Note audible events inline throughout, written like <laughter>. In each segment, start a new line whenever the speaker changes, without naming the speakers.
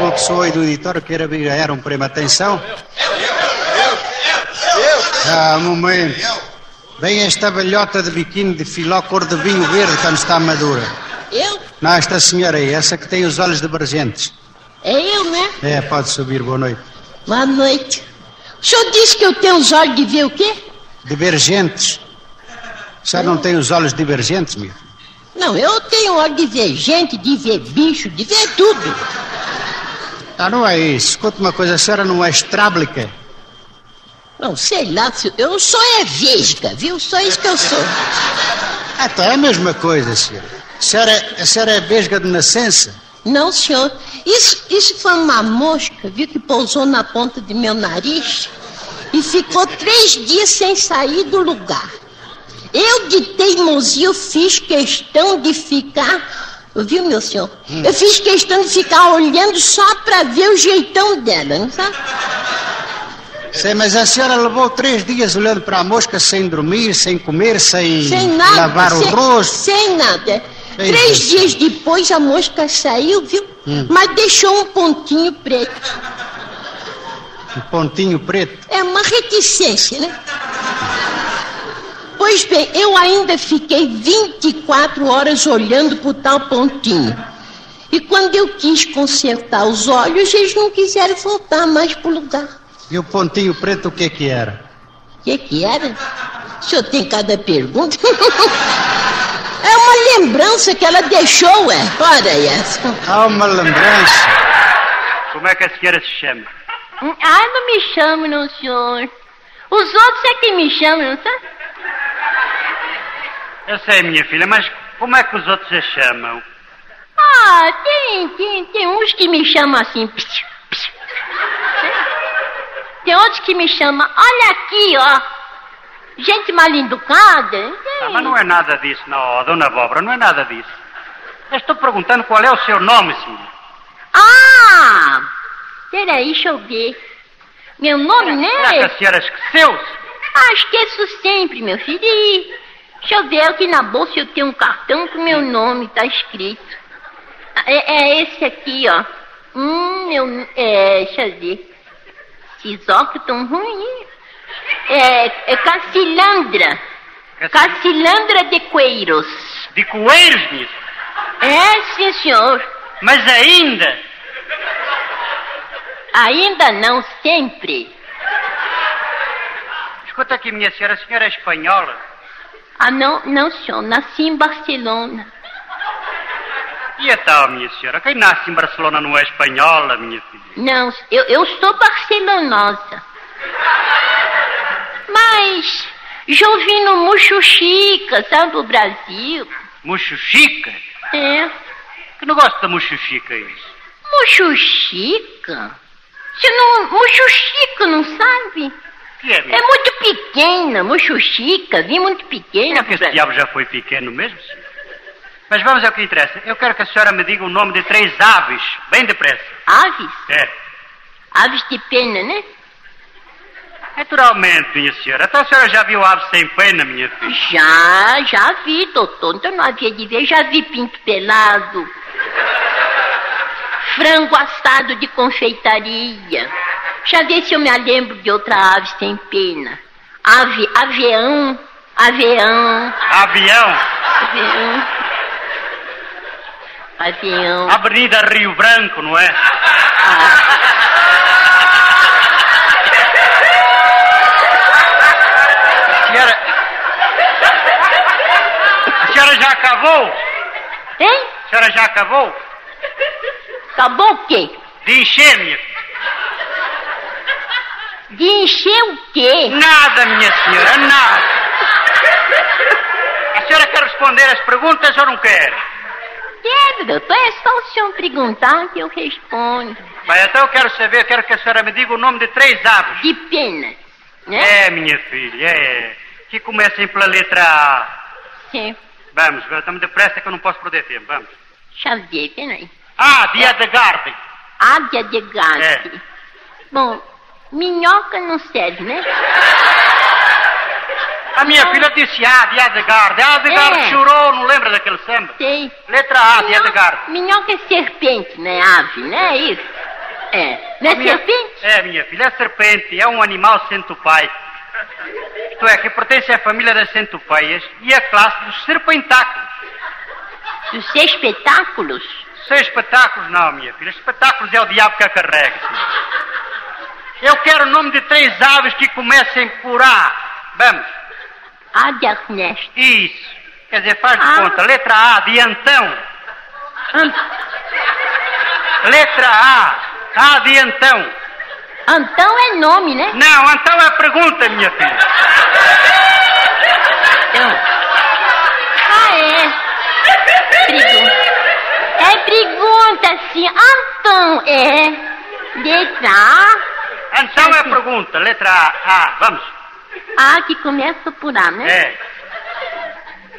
Eu que sou editor, quero ganhar um prêmio. Atenção. Ah, um momento. Bem esta velhota de biquíni de filó cor de vinho verde quando está madura.
Eu?
Não, esta senhora aí, essa que tem os olhos de brilhantes.
É eu, né?
É, pode subir, boa noite.
Boa noite. O senhor disse que eu tenho os olhos de ver o quê?
Divergentes. Já não tem os olhos divergentes, meu?
Não, eu tenho olho de ver gente, de ver bicho, de ver tudo.
Ah, não é isso. Escuta uma coisa, a senhora não é estráblica?
Não, sei lá, se- eu sou é vesga, viu? Só isso que eu sou.
Ah, então é a mesma coisa, senhora. A senhora, a senhora é besga de nascença?
Não, senhor. Isso, isso foi uma mosca, viu, que pousou na ponta de meu nariz e ficou três dias sem sair do lugar. Eu, de teimosia, eu fiz questão de ficar, viu, meu senhor?
Hum.
Eu fiz questão de ficar olhando só para ver o jeitão dela, não sabe?
Sei, mas a senhora levou três dias olhando para a mosca sem dormir, sem comer, sem,
Sem nada.
lavar
sem,
o rosto. é.
Sem nada.
Ei,
Três
gente.
dias depois a mosca saiu, viu?
Hum.
Mas deixou um pontinho preto.
Um pontinho preto.
É uma reticência, né? Pois bem, eu ainda fiquei 24 horas olhando pro tal pontinho. E quando eu quis consertar os olhos, eles não quiseram voltar mais pro lugar.
E o pontinho preto o que é que era?
O que, é que era? O senhor tem cada pergunta? <laughs> é uma lembrança que ela deixou, é. Olha essa.
Ah, uma lembrança.
Como é que a senhora se chama?
Ah, não me chame, não, senhor. Os outros é que me chamam, não sabe?
Eu sei, minha filha, mas como é que os outros se chamam?
Ah, tem, tem, tem uns que me chamam assim. psiu, psiu. Tem outros que me chamam, olha aqui, ó. Gente mal educada. hein?
Ah, mas não é nada disso, não, dona Bobra, não é nada disso. Eu estou perguntando qual é o seu nome, senhora.
Ah! Peraí, deixa eu ver. Meu nome,
Será que
né?
a senhora esqueceu? senhor?
Ah, esqueço sempre, meu filho. Ih, Deixa eu ver aqui na bolsa eu tenho um cartão com meu nome, tá escrito. Ah, É, é esse aqui, ó. Hum, meu. É, deixa eu ver. Esses óculos tão ruim. hein? É, é Cacilandra. Cacilandra de Coeiros.
De coeiros, minha senhora.
É, sim, senhor.
Mas ainda.
Ainda não sempre.
Escuta aqui, minha senhora, a senhora é espanhola.
Ah, não, não, senhor. Nasci em Barcelona.
E é tal, minha senhora? Quem nasce em Barcelona não é espanhola, minha filha.
Não, eu, eu sou barcelonosa. Mas já ouvi no Muxuxica, sabe, do Brasil.
Muxuxica?
É.
Que negócio da muxuxica é isso?
Muxuxica? Você não... Muxuxica, não sabe?
Que é, minha
É muito pequena, Muxuxica. Vim muito pequena.
É que esse diabo já foi pequeno mesmo, senhor. Mas vamos ao que interessa. Eu quero que a senhora me diga o nome de três aves, bem depressa.
Aves.
É.
Aves de pena, né?
Naturalmente, minha senhora. Até a senhora já viu aves sem pena, minha filha.
Já, já vi, doutor. Então não havia de ver. Já vi pinto pelado. Frango assado de confeitaria. Já vi se eu me lembro de outra ave sem pena. Ave, avião, avião,
Avião.
avião. Avião.
Avenida Rio Branco, não é? A senhora. A senhora já acabou?
Hein?
A senhora já acabou?
Acabou o quê?
De encher, minha.
De encher o quê?
Nada, minha senhora, nada. A senhora quer responder as perguntas ou não quer?
Quero, doutor, é só o senhor perguntar que eu respondo.
Mas então eu quero saber, eu quero que a senhora me diga o nome de três aves.
De pena. Né?
É, minha filha, é. Que comecem pela letra A.
Sim.
Vamos, estamos depressa que eu não posso perder tempo, vamos.
Deixa eu ver, peraí.
A, de Edgarden.
Águia de gato.
É.
Bom, minhoca não serve, né?
A minha filha disse A, de Edgarden. A Edgarden
É.
chorou, não lembra daquele samba?
Sei.
Letra A, de Edgarden.
Minhoca, minhoca é serpente, né? Ave, não é isso? É. Não é
Minha-
serpente?
É, minha filha, é serpente, é um animal centopai. Isto é, que pertence à família das centopeias e à classe dos serpentáculos.
Dos espetáculos?
Sem espetáculos não, minha filha. Espetáculos é o diabo que a carrega. senhor. Eu quero o nome de três aves que comecem por A. Vamos.
Águia né? Ernesto.
Isso. Quer dizer, faz de
Ah.
conta. Letra A, de Antão.
An-
Letra A, A de Antão.
Antão é nome, né?
Não, Antão é pergunta, minha filha.
Antão. Ah, é. Pergunta. É pergunta, assim. Antão é. Letra A.
Antão é pergunta. Letra A. A, vamos.
A que começa por A, né?
É.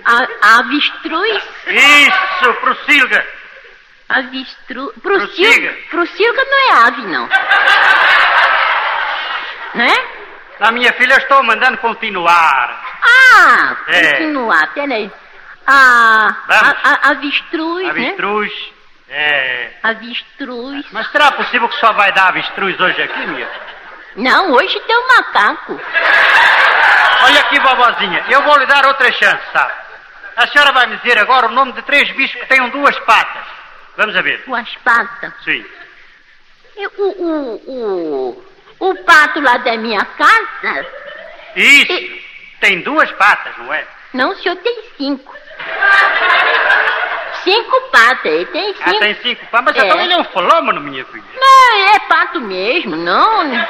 A, avestruz.
Isso, prossiga.
Avistru...
Prossiga.
Prossiga. Prossiga não é ave, não. Não é?
Não, minha filha, eu estou mandando continuar.
Ah,
É.
continuar, peraí. Ah,
Vamos.
a, a, avestruz, né?
Avestruz. É.
Avestruz.
Mas será possível que só vai dar avestruz hoje aqui, minha?
Não, hoje tem um macaco.
Olha aqui, vovozinha, eu vou lhe dar outra chance, sabe? A senhora vai me dizer agora o nome de três bichos que tenham duas patas. Vamos a ver.
Duas patas.
Sim.
E O, o, o, o pato lá da minha casa,
Isso. Tem duas patas, não é?
não, o senhor tem cinco. Cinco patas, ele tem cinco.
Ah, tem cinco patas, mas
É.
então ele é um fenômeno, minha filha.
Não, é pato mesmo, não.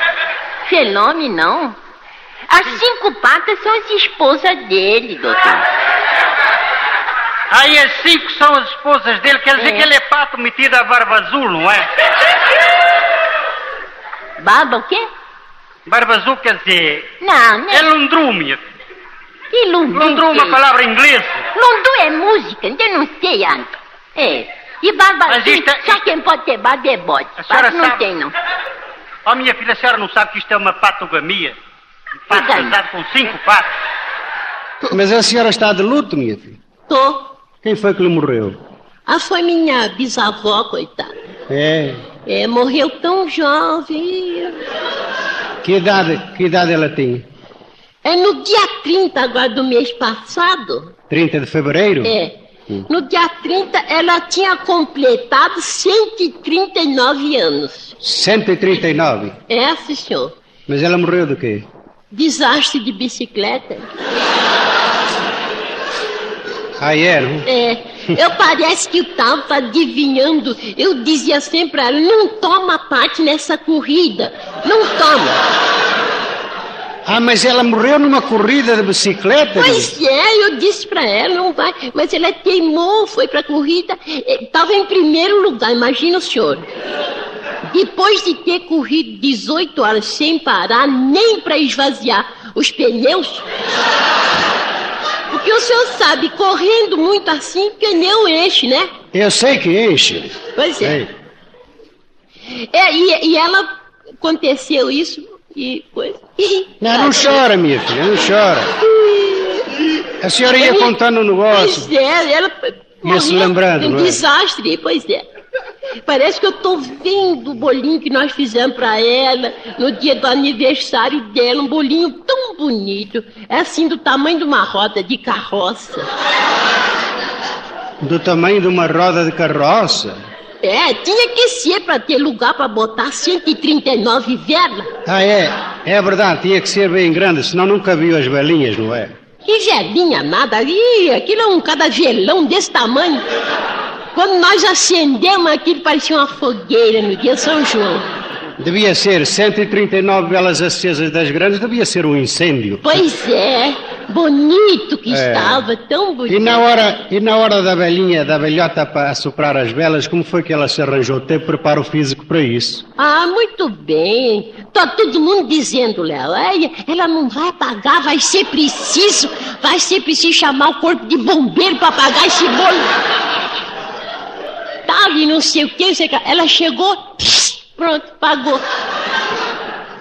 Fenômeno, não. As cinco patas são as esposas dele, doutor.
Aí as cinco são as esposas dele, quer dizer
É.
que ele é pato metido à barba azul, não é?
Baba o quê?
Barba azul quer dizer.
Não, né?
É Lundrum, minha filha.
Que lundu.
Lundrum é
que-
uma palavra inglesa.
Lundu é música, eu não sei, Ana. É. E barba
Mas
assim,
isto é-
só quem pode ter barba é bode.
A senhora
Pato não
sabe-
tem, não.
Ó, minha filha, a senhora não sabe que isto é uma patogamia? Um pato
Patogamia.
casado com cinco patas.
Mas a senhora está de luto, minha filha?
Tô.
Quem foi que lhe morreu?
Ah, foi minha bisavó, coitada.
É.
É, morreu tão jovem.
Que idade, que idade ela tem?
É no dia 30 agora do mês passado.
30 de fevereiro?
É. No dia 30, ela tinha completado 139 anos.
139.
É, sim, senhor.
Mas ela morreu do quê?
Desastre de bicicleta.
Aí era. um-
É. Eu parece que estava adivinhando. Eu dizia sempre a ela: não toma parte nessa corrida. Não toma.
Ah, mas ela morreu numa corrida de bicicleta? dona?
Pois é, eu disse pra ela: não vai. Mas ela teimou, foi pra corrida. Estava em primeiro lugar, imagina o senhor. Depois de ter corrido 18 horas sem parar, nem pra esvaziar os pneus. Porque o senhor sabe, correndo muito assim, pneu enche, né?
Eu sei que enche.
Pois é.
Ei,
É, e, e ela aconteceu isso e
<laughs>
coisa.
Não, não chora, minha filha, não chora. A senhora ia contando um negócio.
Pois é, ela
Ia se
morreu
lembrando,
de um
não é?
desastre, pois é. Parece que eu tô vendo o bolinho que nós fizemos pra ela no dia do aniversário dela, um bolinho tão né? bonito, é assim do tamanho de uma roda de carroça.
Do tamanho de uma roda de carroça?
É, tinha que ser para ter lugar para botar 139 velas.
Ah, é. É verdade, tinha que ser bem grande, senão nunca viu as velinhas, não é?
Que velinha nada ali, aquilo é um cada velão desse tamanho. Quando nós acendemos aquilo parecia uma fogueira no dia São João.
Devia ser 139 velas acesas das grandes, devia ser um incêndio.
Pois é, bonito que
É.
estava, tão bonito.
E na hora, e na hora da velhinha, da velhota para soprar as velas, como foi que ela se arranjou? Teve preparo físico para isso?
Ah, muito bem. Tá todo mundo dizendo, Léo, "Ai, ela não vai pagar, vai ser preciso, vai ser preciso chamar o corpo de bombeiro para pagar esse bolo. Tal e não sei o que, ela chegou, pronto, pagou.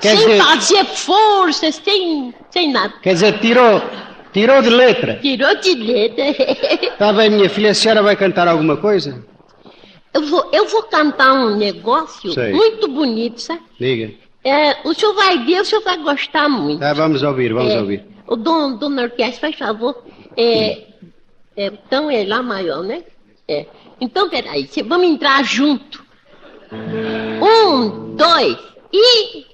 Quer
sem
dizer-
fazer força, sem, sem nada.
Quer dizer, tirou, tirou de letra.
Tirou de letra. <laughs>
Tá bem, minha filha, a senhora vai cantar alguma coisa?
Eu vou, eu vou cantar um negócio
Sei.
muito bonito, sabe?
Diga.
É, o senhor vai ver, o senhor vai gostar muito.
Tá, vamos ouvir, vamos
É,
ouvir.
O dono, dono da orquestra, faz favor. É, é, então é lá maior, né? É. Então, peraí, cê- vamos entrar junto. Um, dois e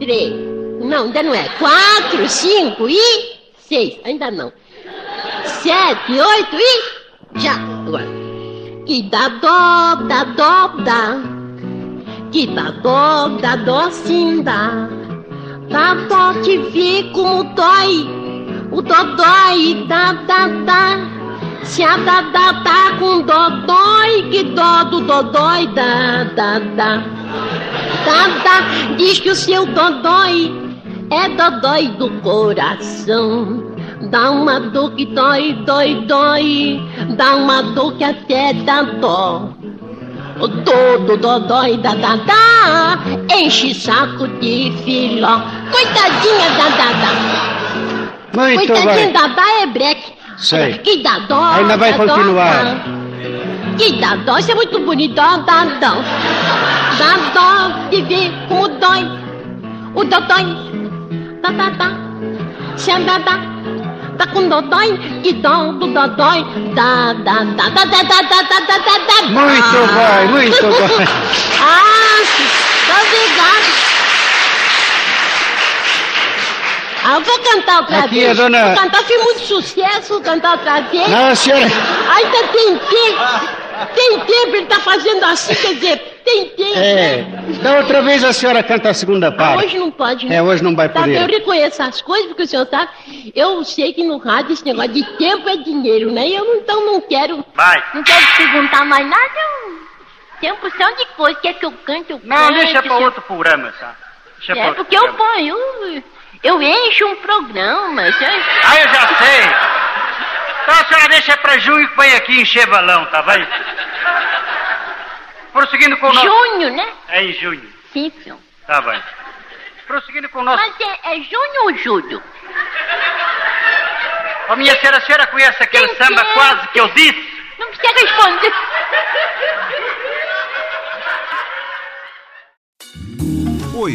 três. Não, ainda não é. Quatro, cinco e seis. Ainda não. Sete, oito e já. Agora. Que dá dó, dá dó, dá. Que dá dó, dá dó, sim, dá. Dá dó de ver Tá como dói. O dó dói, dá, dá, dá. Se a dadá tá com dó, dói, que dó do dó dói, dá, dá, dá. Dá, dá, diz que o seu dó dói, é dó dói do coração. Dá uma dor que dói, dói, dói, dá uma dor que até dá dó. O Todo dodói da Dadá enche saco de filó. Coitadinha da Dadá.
Muito
Coitadinha
bem.
da Dadá é breque.
Sei.
Que dá dó.
Ainda vai
dá dó,
continuar.
dá. Que dá dó, isso é muito bonito. Dó, dá dó. Dá dó de ver como dói. O dó dói. Dá, dá, dá. Se a dá, dá. Tá com dó dói. Que dó do dó dói. Dá, dá, dá, dá, dá, dá, dá, dá, dá, dá, dá.
Muito bem, muito bem.
<laughs> Ah, tá obrigado. Ah, eu vou cantar outra
Aqui, é
vez.
a dona-
Vou cantar, fiz muito sucesso, vou cantar Então, outra vez.
Não, senhora.
Ainda tem tempo. Tem tempo, ele tá fazendo assim, quer dizer, tem tempo.
É.
né?
Da outra vez a senhora canta a segunda
Ah,
parte.
hoje não pode, né?
É, hoje não vai
Tá,
poder.
eu reconheço as coisas, porque o senhor sabe, eu sei que no rádio esse negócio de tempo é dinheiro, né? E Eu não- então não quero,
Vai.
Não quero te perguntar mais nada. Tem um porção de coisa. Quer que eu cante, eu
Não,
canto.
deixa pra
se eu-
outro programa, sabe? Deixa pra
É,
outro
porque eu
programa.
ponho. Eu encho um programa.
é
sabe?
Ah, eu já sei. Então a senhora deixa pra junho que vem aqui encher balão, tá bem? Prosseguindo com o nosso...
Junho, né?
É em junho,
Sim, senhor.
tá bem. Prosseguindo com o nosso...
Mas é, é junho ou julho?
Ó, minha senhora, a senhora conhece aquele
Quem
samba
quer?
quase que é? eu disse?
Não precisa responder.
Oi,